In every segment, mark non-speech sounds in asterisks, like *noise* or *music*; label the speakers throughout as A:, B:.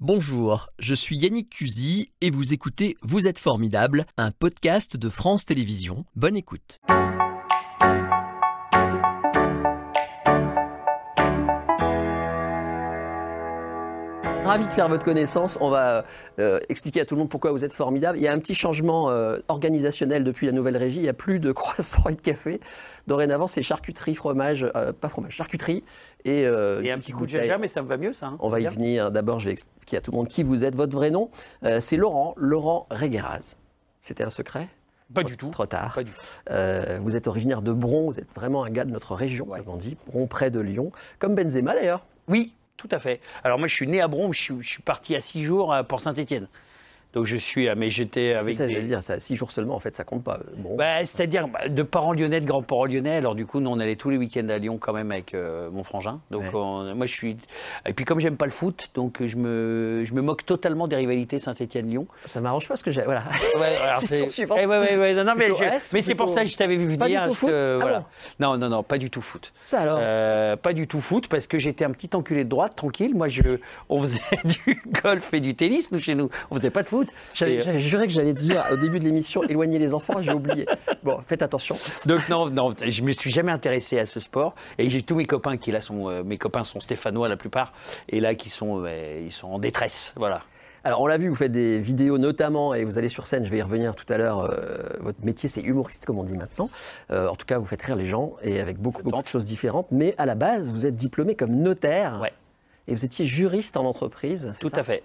A: Bonjour, je suis Yannick Cusy et vous écoutez Vous êtes formidable, un podcast de France Télévisions. Bonne écoute. Ravi de faire votre connaissance. On va euh, expliquer à tout le monde pourquoi vous êtes formidable. Il y a un petit changement euh, organisationnel depuis la nouvelle régie. Il n'y a plus de *laughs* croissant et de café. Dorénavant, c'est charcuterie, fromage, euh, pas fromage, charcuterie et, euh,
B: Et un
A: une
B: petit coup de
A: bouteille.
B: jaja, mais ça me va mieux, ça. hein.
A: On va y
B: Bien.
A: venir. D'abord, je vais expliquer à tout le monde qui vous êtes. Votre vrai nom, euh, c'est Laurent, Laurent Réguéraz. C'était un secret
B: Pas du tout.
A: Trop tard.
B: Pas du tout.
A: Euh, vous êtes originaire de Bron, vous êtes vraiment un gars de notre région,
B: Ouais.
A: comme on dit, Bron près de Lyon, comme Benzema d'ailleurs.
B: Oui, tout à fait. Alors moi, je suis né à Bron, je suis, je suis parti à six jours euh, pour Saint-Étienne. Donc je suis, euh, mais j'étais
A: C'est
B: avec
A: ça, je
B: des...
A: veux dire, ça, six jours seulement, en fait, ça compte pas. Euh, Bron.
B: Bah, C'est-à-dire bah, de parents lyonnais, de grands-parents lyonnais. Alors du coup, nous, on allait tous les week-ends à Lyon quand même avec euh, mon frangin. Donc
A: Ouais.
B: on- moi, je suis... Et puis comme j'aime pas le foot, donc euh, je me, je me moque totalement des rivalités Saint-Étienne-Lyon.
A: ça m'arrange pas parce que j'ai.
B: *laughs*
A: Voilà.
B: Ouais,
A: *laughs*
B: alors
A: Question
B: c'est-
A: suivante.
B: Eh ouais, ouais, ouais, non, non, mais
A: Plutôt
B: je-
A: S ou
B: mais c'est pour
A: plutôt-
B: ça que je t'avais vu venir.
A: Pas du tout
B: parce
A: foot
B: que,
A: Ah
B: voilà.
A: bon
B: Non, non, non, pas du tout foot.
A: Ça alors
B: Euh, pas du tout foot parce que j'étais un petit enculé de droite, tranquille. Moi, je, on faisait *laughs* du golf et du tennis, nous chez nous. On faisait pas de foot.
A: J'avais
B: Et, euh,
A: j'avais juré que j'allais dire au début de l'émission éloigner les enfants, j'ai oublié. Bon, faites attention.
B: donc non, non, je me suis jamais intéressé à ce sport et j'ai tous mes copains qui là sont, euh, mes copains sont stéphanois la plupart et là qui sont, euh, ils sont en détresse, voilà.
A: Alors, on l'a vu, vous faites des vidéos notamment, et vous allez sur scène, je vais y revenir tout à l'heure. euh, votre métier, c'est humoriste, comme on dit maintenant. Euh, en tout cas, vous faites rire les gens, et avec beaucoup, beaucoup de choses différentes. Mais à la base, vous êtes diplômé comme notaire,
B: Ouais.
A: et vous étiez juriste en entreprise.
B: Tout à fait.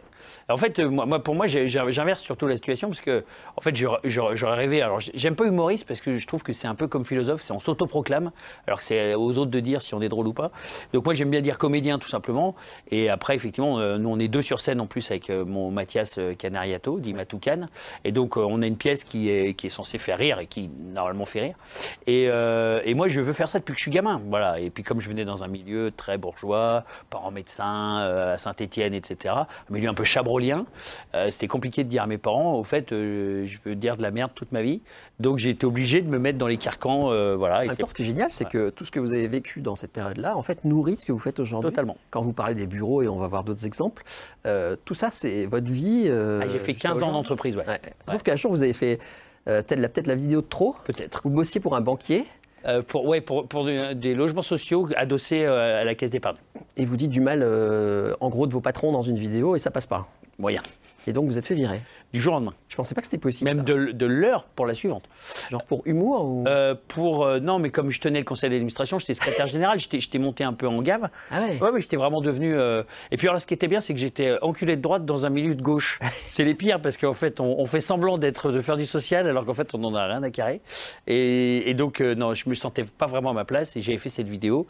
B: En fait, euh, moi, moi, pour moi, j'ai- j'ai- j'inverse surtout la situation parce que, en fait, j'aurais- j'aurais j'aurais rêvé. Alors, j'ai- j'aime pas humoriste parce que je trouve que c'est un peu comme philosophe, c'est on s'autoproclame, alors que c'est aux autres de dire si on est drôle ou pas. Donc, moi, j'aime bien dire comédien, tout simplement. Et après, effectivement, euh, nous, on est deux sur scène en plus avec euh, mon Mathias euh, Canariato, dit Matoukan. Et donc, euh, on a une pièce qui est, qui est censée faire rire et qui, normalement, fait rire. Et, euh, et moi, je veux faire ça depuis que je suis gamin. Voilà. Et puis, comme je venais dans un milieu très bourgeois, parents médecins, euh, à Saint-Étienne, etc., un milieu un peu chabrolien, euh, c'était compliqué de dire à mes parents, au fait, euh, je veux dire de la merde toute ma vie. Donc, j'ai été obligé de me mettre dans les carcans. euh, voilà. Et
A: En même
B: c'est
A: temps, ce qui est génial, c'est que tout ce que vous avez vécu dans cette période-là, en fait, nourrit ce que vous faites aujourd'hui.
B: totalement.
A: Quand vous parlez des bureaux, et on va voir d'autres exemples, euh, tout ça, c'est votre vie. euh,
B: Ah, j'ai fait
A: jusqu'à
B: 15 ans
A: aujourd'hui.
B: d'entreprise, ouais.
A: Ouais. Je trouve qu'un jour, vous avez fait euh, peut-être la, peut la vidéo de trop.
B: Peut-être.
A: Vous bossiez pour un banquier.
B: Euh, pour, ouais, pour, pour du- des logements sociaux adossés euh, à la caisse d'épargne.
A: et vous dites du mal, euh, en gros, de vos patrons dans une vidéo et ça passe pas.
B: Moyen.
A: Et donc vous êtes fait virer.
B: Du jour au lendemain.
A: Je pensais pas que c'était possible.
B: Même
A: ça.
B: de, l- de l'heure pour la suivante.
A: genre pour humour ou.
B: Euh, pour euh, non, mais comme je tenais le conseil d'administration, j'étais secrétaire général, j'étais j'étais monté un peu en gamme.
A: Ah ouais.
B: Ouais, mais j'étais vraiment devenu. euh, Et puis alors, ce qui était bien, c'est que j'étais euh, enculé de droite dans un milieu de gauche. C'est les pires parce qu'en fait, on, on fait semblant d'être de faire du social alors qu'en fait, on n'en a rien à carrer. Et, et donc, euh, non, je me sentais pas vraiment à ma place et j'ai fait cette vidéo.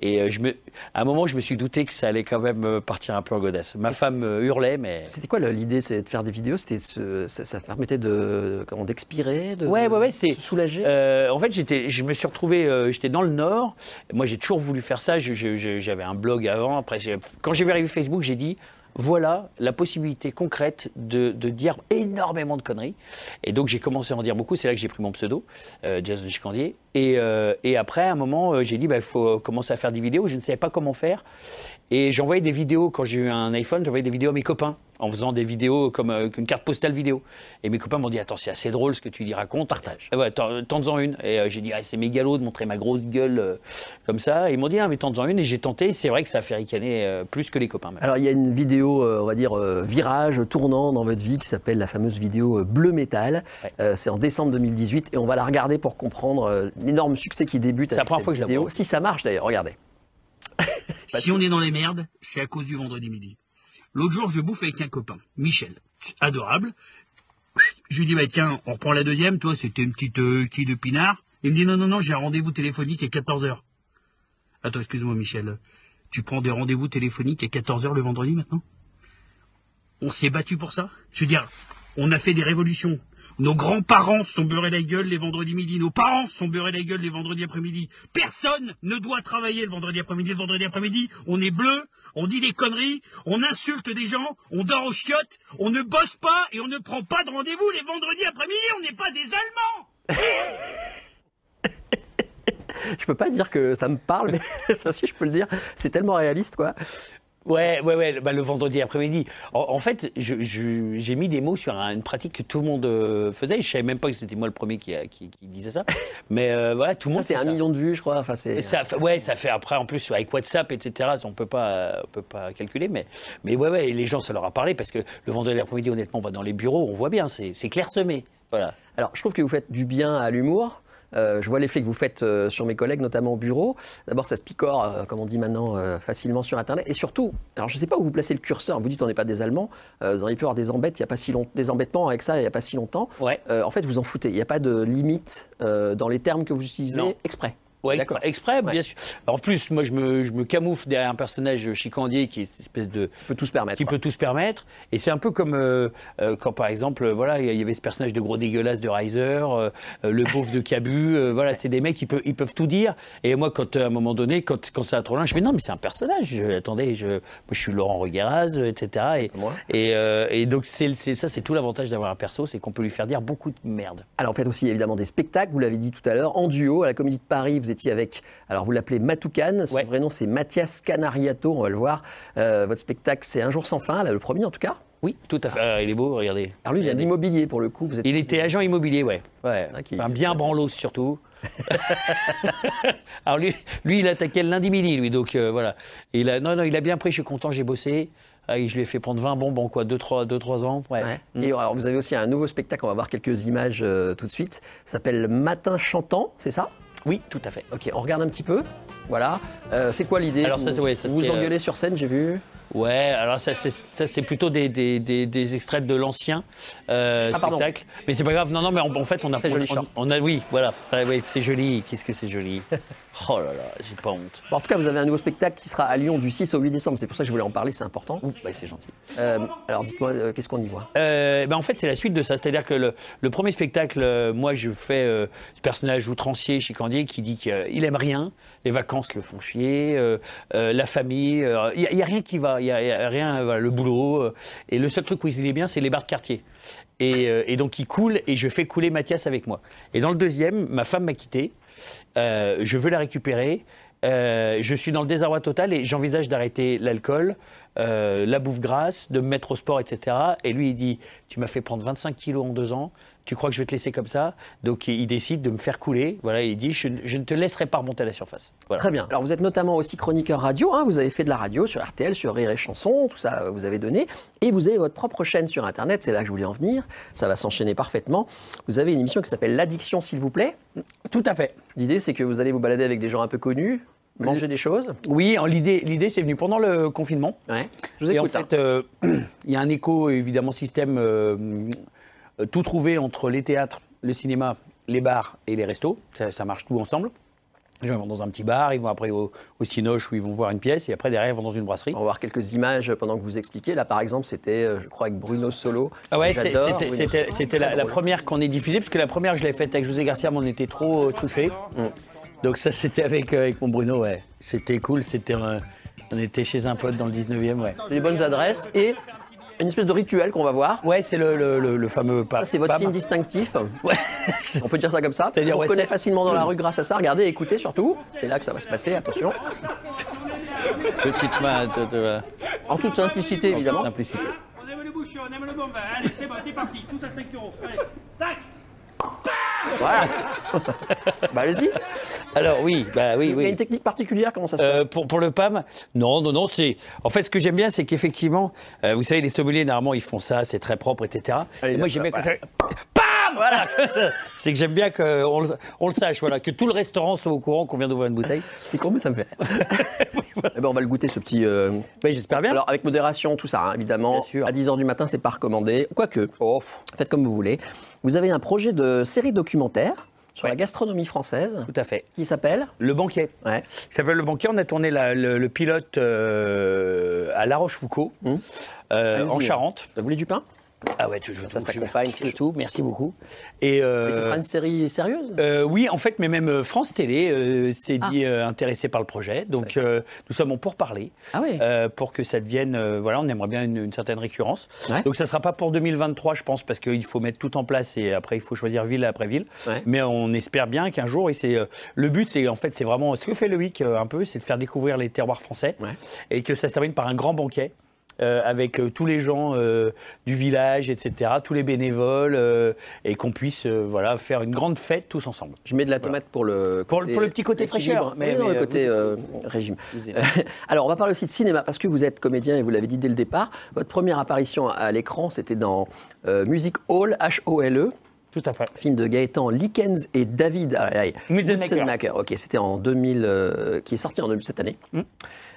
B: Et euh, je me, à un moment, je me suis douté que ça allait quand même euh, partir un peu en godasse. Ma femme euh, hurlait, mais.
A: C'était quoi le- l'idée C'est de faire des vidéos. C'était ce- ça, ça permettait de comment d'expirer, de,
B: Ouais, ouais, ouais,
A: de
B: c'est-
A: se soulager.
B: Euh, en fait, j'étais, je me suis retrouvé, euh, j'étais dans le Nord. Moi, j'ai toujours voulu faire ça. Je- je- je- j'avais un blog avant. Après, j'ai- quand j'ai vu arriver Facebook, j'ai dit. Voilà la possibilité concrète de, de dire énormément de conneries. Et donc j'ai commencé à en dire beaucoup. C'est là que j'ai pris mon pseudo, euh, Jason Chicandier. Et, euh, et après, à un moment, euh, j'ai dit il faut commencer à faire des vidéos. Je ne savais pas comment faire. Et j'envoyais des vidéos, quand j'ai eu un iPhone, j'envoyais des vidéos à mes copains, en faisant des vidéos comme euh, une carte postale vidéo. Et mes copains m'ont dit Attends, c'est assez drôle ce que tu dis, raconte. Partage. Ouais, t'en- tente-en une. Et euh, j'ai dit Ah, c'est mégalo de montrer ma grosse gueule euh, comme ça. Et ils m'ont dit Ah, mais tente-en une. Et j'ai tenté. C'est vrai que ça a fait ricaner euh, plus que les copains. même.
A: Alors il y a une vidéo, euh, on va dire euh, virage tournant dans votre vie qui s'appelle la fameuse vidéo euh, Bleu Métal.
B: Ouais.
A: Euh, c'est en décembre 2018 et on va la regarder pour comprendre euh, l'énorme succès qui débute.
B: la
A: avec
B: première
A: cette
B: fois que je la
A: vidéo.
B: vois.
A: Si ça marche d'ailleurs, regardez.
C: Si on est dans les merdes, c'est à cause du vendredi midi. L'autre jour, je bouffe avec un copain, Michel. Adorable. Je lui dis, bah tiens, on reprend la deuxième, toi, c'était une petite euh, quille de pinard. Il me dit, non, non, non, j'ai un rendez-vous téléphonique à 14h. Attends, excuse-moi, Michel. Tu prends des rendez-vous téléphoniques à 14h le vendredi maintenant On s'est battu pour ça Je veux dire, on a fait des révolutions. Nos grands-parents se sont beurrés la gueule les vendredis midi. Nos parents se sont beurrés la gueule les vendredis après-midi. Personne ne doit travailler le vendredi après-midi. Le vendredi après-midi, on est bleu, on dit des conneries, on insulte des gens, on dort aux chiottes, on ne bosse pas et on ne prend pas de rendez-vous les vendredis après-midi. On n'est pas des Allemands
B: *laughs*
A: *laughs* Je peux pas dire que ça me parle, mais enfin, si je peux le dire, c'est tellement réaliste quoi.
B: Ouais, ouais, ouais, bah, le vendredi après-midi. En, en fait, je- je- j'ai mis des mots sur un- une pratique que tout le monde euh, faisait. Je savais même pas que c'était moi le premier qui, a- qui- qui disait ça. Mais euh, voilà, tout le
A: Ça,
B: monde.
A: c'est
B: fait
A: un million de vues, je crois. Enfin, c'est.
B: Et ça fait- ouais, ça fait après en plus avec WhatsApp, etc. On peut pas, on peut pas calculer, mais mais ouais, ouais, et les gens ça leur a parlé parce que le vendredi après-midi, honnêtement, on va dans les bureaux, on voit bien, c'est c'est clairsemé, voilà.
A: Alors, je trouve que vous faites du bien à l'humour. Euh, je vois l'effet que vous faites euh, sur mes collègues, notamment au bureau. D'abord, ça se picore, euh, comme on dit maintenant, euh, facilement sur Internet. Et surtout, alors je ne sais pas où vous placez le curseur. Vous dites on n'est pas des Allemands. Euh, vous auriez pu avoir des embêtes, il y a pas si long... des embêtements avec ça il n'y a pas si longtemps.
B: Ouais,
A: Euh, en fait, vous en foutez. Il n'y a pas de limite euh, dans les termes que vous utilisez
B: Non.
A: exprès.
B: ouais,
A: D'accord.
B: exprès, exprès,
A: Ouais.
B: bien sûr. En plus, moi, je me, je me camoufle derrière un personnage chicandier qui est cette espèce de
A: On peut tout se permettre.
B: qui
A: quoi.
B: peut tout se permettre. Et c'est un peu comme euh, euh, quand, par exemple, euh, voilà, il y avait ce personnage de gros dégueulasse de Riser, euh, euh, le beauf de Cabu. euh, voilà, c'est des mecs qui peuvent, ils peuvent tout dire. Et moi, quand euh, à un moment donné, quand, quand ça va trop loin, je fais non, mais c'est un personnage. Je- attendez, je, moi, je suis Laurent Regueraz, euh, etc.
A: moi.
B: Et, et, euh, et donc c'est c'est ça, c'est tout l'avantage d'avoir un perso, c'est qu'on peut lui faire dire beaucoup de merde.
A: Alors, en fait, aussi évidemment des spectacles, vous l'avez dit tout à l'heure, en duo à la Comédie de Paris, vous étiez avec, alors vous l'appelez Matoukan, son
B: Ouais.
A: vrai nom c'est Mathias Canariato, on va le voir. Euh, votre spectacle c'est Un jour sans fin, là, le premier en tout cas.
B: Oui, tout à fait. Ah, il est beau, regardez.
A: Alors lui, il a de l'immobilier pour le coup, vous êtes.
B: Il était agent immobilier, ouais. ouais.
A: Ah, qui-
B: Enfin, bien
A: *laughs*
B: branlos surtout. Alors lui, lui, il attaquait le lundi midi, lui, donc euh, voilà. Et il a, non, non, il a bien pris, je suis content, j'ai bossé. Ah, et je lui ai fait prendre 20 bombes en quoi 2-3 deux, trois, deux, trois ans ouais. Mm.
A: Ouais. Et alors, vous avez aussi un nouveau spectacle, on va voir quelques images euh, tout de suite. Ça s'appelle Matin chantant, c'est ça
B: Oui, tout à fait.
A: Ok, on regarde un petit peu. Voilà. Euh, c'est quoi l'idée
B: Alors ça,
A: Vous-
B: c'est- ouais, ça,
A: vous vous
B: c'était, euh,
A: engueulez sur scène, j'ai vu.
B: Ouais, alors ça, c'est- ça, c'était plutôt des, des, des- des extraits de l'ancien euh,
A: Ah, pardon.
B: spectacle. Mais c'est pas grave, non, non, mais en, en fait, on a.
A: Très joli
B: on-
A: short.
B: on, a, Oui, voilà. Ah, ouais, c'est joli, qu'est-ce que c'est joli. Oh là là, j'ai pas honte.
A: Bon, en tout cas, vous avez un nouveau spectacle qui sera à Lyon du 6 au 8 décembre. C'est pour ça que je voulais en parler, c'est important.
B: Ouh, bah, c'est gentil.
A: Euh, alors, dites-moi, euh, qu'est-ce qu'on y voit
B: Euh, ben en fait, c'est la suite de ça. C'est-à-dire que le, le premier spectacle, euh, moi, je fais euh, ce personnage outrancier, chicandier, qui dit qu'il euh, aime rien. Les vacances le font chier, euh, euh, la famille, euh, il n'y a, il y a rien qui va, il n'y a, il y a rien, euh, voilà, le boulot. euh, et le seul truc où il est bien, c'est les bars de quartier. Et, euh, et donc, il coule, et je fais couler Mathias avec moi. Et dans le deuxième, ma femme m'a quitté, euh, je veux la récupérer. Euh, je suis dans le désarroi total et j'envisage d'arrêter l'alcool, euh, la bouffe grasse, de me mettre au sport, etc. Et lui, il dit Tu m'as fait prendre 25 kilos en deux ans, tu crois que je vais te laisser comme ça Donc il il décide de me faire couler. Voilà, il dit Je, ne- je ne te laisserai pas remonter à la surface. Voilà.
A: Très bien. Alors vous êtes notamment aussi chroniqueur radio, hein, vous avez fait de la radio sur RTL, sur Rire et Chanson, tout ça euh, vous avez donné, et vous avez votre propre chaîne sur Internet, c'est là que je voulais en venir, ça va s'enchaîner parfaitement. Vous avez une émission qui s'appelle L'addiction s'il vous plaît.
B: Tout à fait.
A: L'idée c'est que vous allez vous balader avec des gens un peu connus, manger des choses.
B: Oui, l'idée, l'idée, c'est venu pendant le confinement.
A: Ouais. Je vous
B: et en
A: écoute. hein.
B: fait, euh, *clears throat* il y a un écho, évidemment, système euh, euh, tout trouvé entre les théâtres, le cinéma, les bars et les restos. Ça, ça marche tout ensemble. Les gens ils vont dans un petit bar, ils vont après au, au Cinoche où ils vont voir une pièce, et après derrière ils vont dans une brasserie.
A: On va voir quelques images pendant que vous expliquez. Là par exemple c'était, euh, je crois, avec Bruno Solo.
B: Ah ouais, c'est-
A: J'adore
B: c'était-
A: Bruno
B: c'était
A: Solo.
B: c'était la,
A: Très
B: la
A: drôle.
B: première qu'on ait diffusée, parce que la première je l'ai faite avec José Garcia, mais on était trop euh, truffés.
A: Mm.
B: Donc ça c'était avec, euh, avec mon Bruno, ouais. C'était cool, c'était euh, on était chez un pote dans le 19e, ouais.
A: Les bonnes adresses et une espèce de rituel qu'on va voir.
B: Ouais, c'est le, le- le- le fameux pas.
A: Ça, c'est votre
B: pas-
A: signe distinctif.
B: Ouais.
A: On peut dire ça comme ça.
B: C'est-à-dire,
A: on
B: ouais,
A: reconnaît
B: c'est-
A: facilement dans la rue grâce à ça. Regardez, écoutez surtout. C'est là que ça va se passer, attention.
B: Petite main de- de-
A: En toute simplicité, évidemment.
B: simplicité.
C: On aime le boucher, on aime le bon vin. Allez, c'est bon, c'est parti. Tout à 5 euros. Allez, tac
A: Voilà.
B: *laughs*
A: bah, allez-y.
B: Alors oui, bah oui,
A: Il y a
B: oui.
A: une technique particulière, comment ça se passe
B: Euh, pour, pour le PAM, non, non, non. C'est en fait ce que j'aime bien, c'est qu'effectivement, euh, vous savez, les sommeliers normalement ils font ça, c'est très propre, etc.
A: Allez,
B: Et moi
A: hop,
B: j'aime bien
A: voilà.
B: que ça. PAM Voilà. *laughs* c'est que j'aime bien qu'on le, on le sache, voilà, que tout le restaurant soit au courant qu'on vient d'ouvrir une bouteille.
A: C'est con, mais ça me fait.
B: *laughs*
A: rire. Eh ben, on va le goûter, ce petit. euh,
B: Mais j'espère bien.
A: Alors, avec modération, tout ça, hein, évidemment.
B: Hein? Bien sûr.
A: À 10h du matin, c'est pas recommandé. Quoique, oh, faites comme vous voulez. Vous avez un projet de série documentaire sur la gastronomie française
B: Tout à fait.
A: qui s'appelle.
B: Le banquet.
A: Ouais.
B: Il s'appelle Le Banquier. On a tourné la- le, le pilote euh, à La Rochefoucauld, euh, en
A: Mmh. Allez-y.
B: Charente.
A: Vous voulez du pain
B: Ah ouais, tu, je,
A: Ça
B: je- je-
A: s'accompagne,
B: je-
A: c'est tout.
B: Merci beaucoup. Et euh,
A: Mais ce sera une série sérieuse
B: euh, oui, en fait, mais même euh, France Télé euh, s'est dit euh, intéressée par le projet. Donc, euh, nous sommes en pourparlers
A: Ah ouais.
B: euh, pour que ça devienne. euh, voilà, on aimerait bien une, une certaine récurrence.
A: Ouais.
B: Donc, ça sera pas pour 2023, je pense, parce qu'il faut mettre tout en place et après, il faut choisir ville après ville.
A: Ouais.
B: Mais on espère bien qu'un jour, et c'est euh, le but, c'est en fait, c'est vraiment ce que fait Loïc euh, un peu, c'est de faire découvrir les terroirs français
A: Ouais.
B: et que ça se termine par un grand banquet. euh, avec euh, tous les gens euh, du village, etc., tous les bénévoles, euh, et qu'on puisse euh, voilà, faire une grande fête tous ensemble.
A: Je mets de la tomate pour le
B: Pour le- pour le petit côté
A: équilibre.
B: fraîcheur, mais-
A: Oui, non,
B: mais,
A: le
B: euh,
A: côté
B: vous-
A: euh, régime. *laughs*
B: vous
A: Euh, alors, on va parler aussi de cinéma parce que vous êtes comédien et vous l'avez dit dès le départ. Votre première apparition à l'écran, c'était dans euh, Music Hall, H-O-L-E,
B: *laughs* Tout à fait.
A: E, film de Gaëtan Likens et David aïe, aïe,
B: Mutzenmacher.
A: Mutzenmacher. Ok, c'était en 2000, euh, qui est sorti en 2000 cette année,
B: Mm.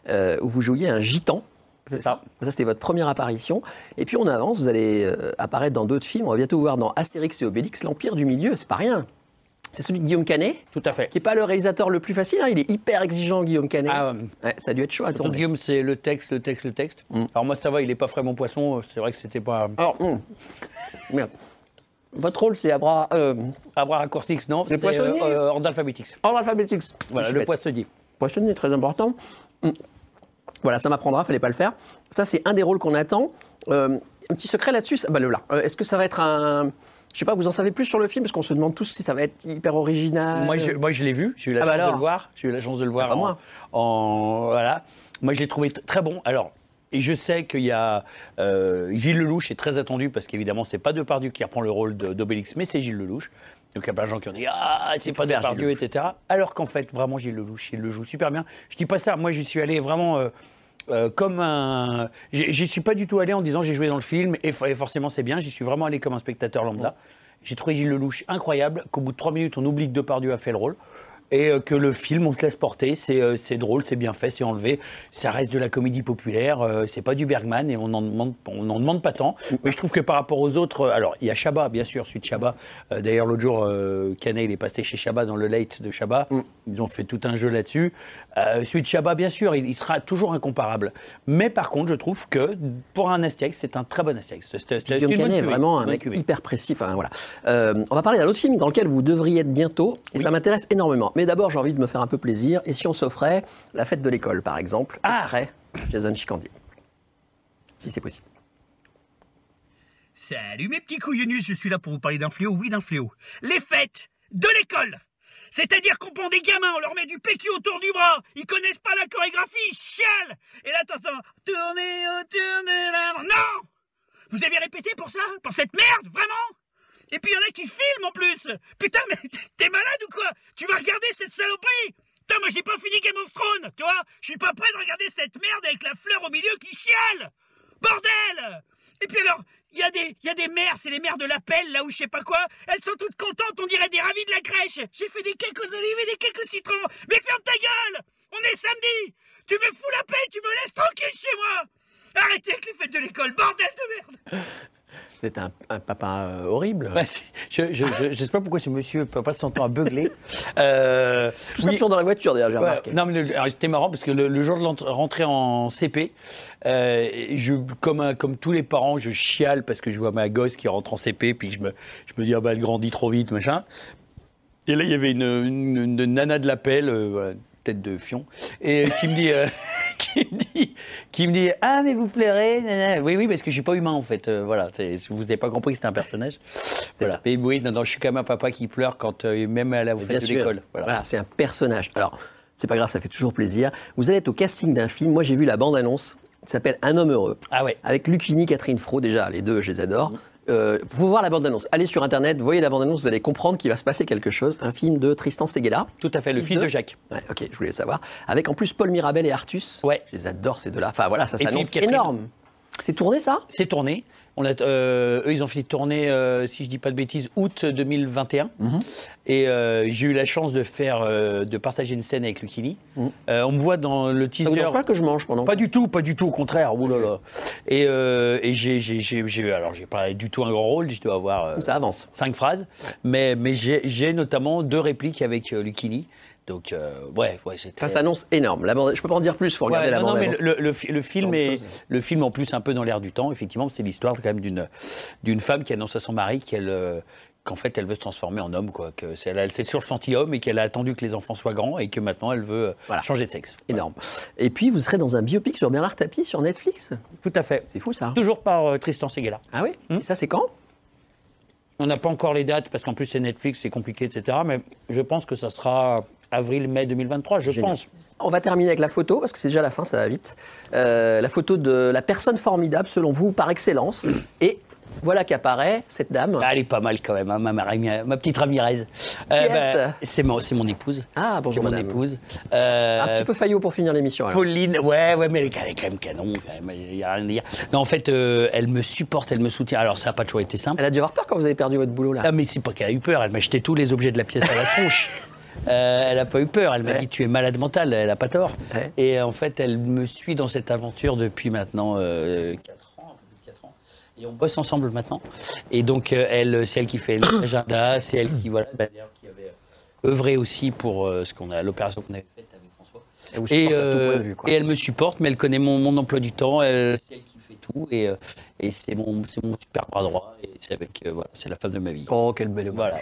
A: euh, où vous jouiez un gitan.
B: C'est ça.
A: Ça, c'était votre première apparition. Et puis, on avance, vous allez euh, apparaître dans d'autres films. On va bientôt vous voir dans Astérix et Obélix, l'Empire du Milieu, c'est pas rien. C'est celui de Guillaume Canet
B: Tout à fait.
A: qui n'est pas le réalisateur le plus facile, hein, il est hyper exigeant Guillaume Canet.
B: Ah,
A: Ouais, ça a dû être chaud à
B: Surtout
A: tourner.
B: Guillaume, c'est le texte, le texte, le texte.
A: Mm.
B: Alors moi, ça va, il est pas frais mon poisson. euh, C'est vrai que c'était pas.
A: Alors, hum. Merde. votre rôle c'est Abra... Euh,
B: Abra raccourcix, non. c'est,
A: poissonnier.
B: euh, En alphabétix.
A: en alphabétique. Je
B: Voilà,
A: suis
B: le
A: bête.
B: poissonnier.
A: Poissonnier, très important. Hum. Voilà, ça m'apprendra, fallait pas le faire. Ça c'est un des rôles qu'on attend. Euh, un petit secret là-dessus, ça- bah, le là. Euh, Est-ce que ça va être un... Je sais pas, vous en savez plus sur le film parce qu'on se demande tous si ça va être hyper original.
B: Moi, je, moi, je l'ai vu. J'ai eu
A: Euh, Ah
B: la
A: bah
B: chance de
A: alors.
B: le voir. J'ai eu la chance de le voir.
A: pas
B: en-
A: moi.
B: en- voilà. Moi, je l'ai trouvé t- très bon. Alors. Et je sais qu'il y a euh, Gilles Lelouch est très attendu parce qu'évidemment c'est pas Depardieu qui reprend le rôle de- d'Obélix, mais c'est Gilles Lelouch. Donc il y a plein de gens qui ont dit ah c'est pas
A: faire,
B: Depardieu etc. Alors qu'en fait vraiment Gilles Lelouch il le joue super bien. Je dis pas ça. Moi j'y suis allé vraiment euh, euh, comme un. j'ai- J'y suis pas du tout allé en disant j'ai joué dans le film et, fo- et forcément c'est bien. J'y suis vraiment allé comme un spectateur lambda. J'ai trouvé Gilles Lelouch incroyable, qu'au bout de trois minutes, on oublie que Depardieu a fait le rôle. Et euh, que le film, on se laisse porter, c'est euh, c'est drôle, c'est bien fait, c'est enlevé, ça reste de la comédie populaire, euh, c'est pas du Bergman et on n'en demande, on n'en demande pas tant. Mais je trouve que par rapport aux autres, euh, alors il y a Chabat, bien sûr, celui de Chabat. Euh, D'ailleurs, l'autre jour, euh, Canet, il est passé chez Chabat dans le late de Chabat.
A: Mm.
B: Ils ont fait tout un jeu là-dessus. Euh, celui de Chabat, bien sûr, il, il sera toujours incomparable. Mais par contre, je trouve que pour un Astérix, c'est un très bon Astérix. C'est- c'est- c'est
A: Guillaume
B: une bonne
A: Canet est
B: cuvée,
A: vraiment un
B: bonne
A: mec
B: cuvée.
A: hyper précis. Enfin, voilà. Euh, on va parler d'un autre film dans lequel vous devriez être bientôt, et ça m'intéresse énormément. Mais d'abord, j'ai envie de me faire un peu plaisir. Et si on s'offrait la fête de l'école, par exemple,
B: Ah
A: extrait Jason Chicandier, si c'est possible.
C: Salut mes petits couillonus, je suis là pour vous parler d'un fléau, oui d'un fléau. Les fêtes de l'école C'est-à-dire qu'on prend des gamins, on leur met du PQ autour du bras, ils connaissent pas la chorégraphie, ils chialent Et là t'entends « Tournez autour de la... » Non Vous avez répété pour ça Pour cette merde Vraiment Et puis il y en a qui filment en plus Putain mais t'es- t'es malade ou quoi Tu vas regarder cette saloperie Putain moi j'ai pas fini Game of Thrones, tu vois Je suis pas prêt de regarder cette merde avec la fleur au milieu qui chiale Bordel Et puis alors, il y, a des- il y a des mères, c'est les mères de l'appel, là où je sais pas quoi. Elles sont toutes contentes, on dirait des ravies de la crèche. J'ai fait des cakes aux olives et des cakes au citron. Mais ferme ta gueule On est samedi Tu me fous la paix, tu me laisses tranquille chez moi Arrêtez avec les fêtes de l'école, bordel de merde
A: C'est un, un papa euh, horrible.
B: Ouais, c'est- je, je, je- je sais pas pourquoi ce monsieur peut pas s'entendre à beugler. Euh,
A: Tout ça
B: oui,
A: toujours dans la voiture, déjà, j'ai
B: ouais,
A: remarqué.
B: non, mais le- alors, c'était marrant parce que le, le jour de l'entrée- rentrée en CP, euh, je, comme, un- comme tous les parents, je chiale parce que je vois ma gosse qui rentre en CP, puis je me, je me dis, ah bah, elle grandit trop vite, machin. Et là, il y avait une, une- une nana de l'appel, euh, voilà, tête de fion, et euh, qui me dit. euh, *laughs* qui me dit- Qui me dit ah mais vous plairez nanana. oui oui parce que je suis pas humain en fait euh, voilà c'est- vous n'avez pas compris que c'était un personnage voilà mais oui non non je suis quand même un papa qui pleure quand euh, même à la
A: Bien
B: fête de
A: sûr.
B: l'école
A: Voilà,
B: voilà.
A: c'est un personnage. Alors, c'est pas grave, ça fait toujours plaisir. Vous allez être au casting d'un film. Moi, j'ai vu la bande-annonce. Il s'appelle Un homme heureux.
B: Ah ouais.
A: Avec Lucini, Catherine Fro, déjà, les deux, je les adore. Euh, vous voir la bande-annonce. Allez sur Internet, voyez la bande-annonce, vous allez comprendre qu'il va se passer quelque chose. Un film de Tristan Seguela.
B: Tout à fait, le fils de Jacques.
A: Ouais, ok, je voulais le savoir. Avec en plus Paul Mirabel et Artus.
B: Ouais.
A: Je les adore, ces deux-là. Enfin, voilà, ça
B: Et
A: s'annonce
B: Philippe Catherine.
A: énorme. C'est tourné, ça
B: C'est tourné. On a, euh, eux, ils ont fini de tourner, euh, si je dis pas de bêtises, août 2021.
A: Mhm.
B: Et euh, j'ai eu la chance de faire, euh, de partager une scène avec Lucini. Euh, on me voit dans le
A: Mhm. Ça
B: teaser.
A: vous dérange pas que je mange pendant
B: Pas du tout, pas du tout, au contraire. Ouh là là. Et, euh, et j'ai, j'ai, j'ai, j'ai- alors j'ai pas du tout un grand rôle. Je dois avoir euh,
A: Ça avance.
B: cinq phrases, mais mais j'ai, j'ai notamment deux répliques avec euh, Lucchini. Donc, euh, ouais, ouais, c'était.
A: Enfin, ça annonce énorme. La bande- Je peux pas en dire plus, faut regarder
B: Ouais,
A: la
B: non, non, mais
A: bande-annonce.
B: le, le fi- le film
A: Genre de
B: est,
A: choses.
B: le film en plus un peu dans l'air du temps. Effectivement, c'est l'histoire quand même d'une d'une femme qui annonce à son mari qu'elle euh, qu'en fait elle veut se transformer en homme quoi. Que c'est- elle, elle s'est toujours sentie homme et qu'elle a attendu que les enfants soient grands et que maintenant elle veut euh, changer de sexe.
A: Énorme. Et puis, vous serez dans un biopic sur Bernard Tapie sur Netflix.
B: Tout Hmm. à fait.
A: C'est fou, ça. hein
B: Toujours par euh, Tristan Seguela.
A: Ah oui Et ça, c'est quand
B: On n'a pas encore les dates parce qu'en plus c'est Netflix, c'est compliqué, etc. Mais je pense que ça sera avril-mai 2023. Je
A: Génial.
B: pense.
A: On va terminer avec la photo, parce que c'est déjà la fin, ça va vite. Euh, la photo de la personne formidable, selon vous,
D: *clears throat*
A: par excellence. Et voilà qu'apparaît cette dame.
B: Ah, elle est pas mal quand même, hein, ma, ma- ma- ma petite Ramirez. Euh,
A: Qui est-ce
B: c'est mon, c'est mon épouse.
A: Ah, bonjour,
B: C'est mon
A: madame.
B: épouse. Euh,
A: Un petit peu faillot pour finir l'émission. alors.
B: Pauline, ouais, ouais, mais elle est elle est quand même canon. quand même, Il y a rien à dire. Non, en fait, euh, elle me supporte, elle me soutient. Alors, ça n'a pas toujours été simple.
A: Elle a dû avoir peur quand vous avez perdu votre boulot, là.
B: Ah, mais c'est pas qu'elle a eu peur. Elle m'a jeté tous les objets de la pièce à la
A: *laughs*
B: tronche. Euh, elle n'a pas eu peur. Elle m'a
A: Ouais.
B: dit Tu es malade mental. Elle n'a pas tort.
A: Ouais.
B: Et euh, en fait, elle me suit dans cette aventure depuis maintenant 4 ans. un peu plus de quatre ans. Et on bosse ensemble maintenant. Et donc, euh, elle, c'est elle qui fait l'agenda, c'est elle qui, voilà, bah, d'ailleurs, qui avait euh, œuvré aussi pour euh, ce qu'on a, l'opération qu'on avait faite avec François.
A: Elle vous
B: Et,
A: supporte à tout
B: euh,
A: point de vue, quoi.
B: et elle me supporte, mais elle connaît mon, mon emploi du temps, elle, c'est elle qui fait tout, et, euh, et c'est mon, c'est mon super bras droit, et c'est avec, euh, voilà, c'est la femme de ma vie.
A: Oh, quel bel hommage.
B: Voilà.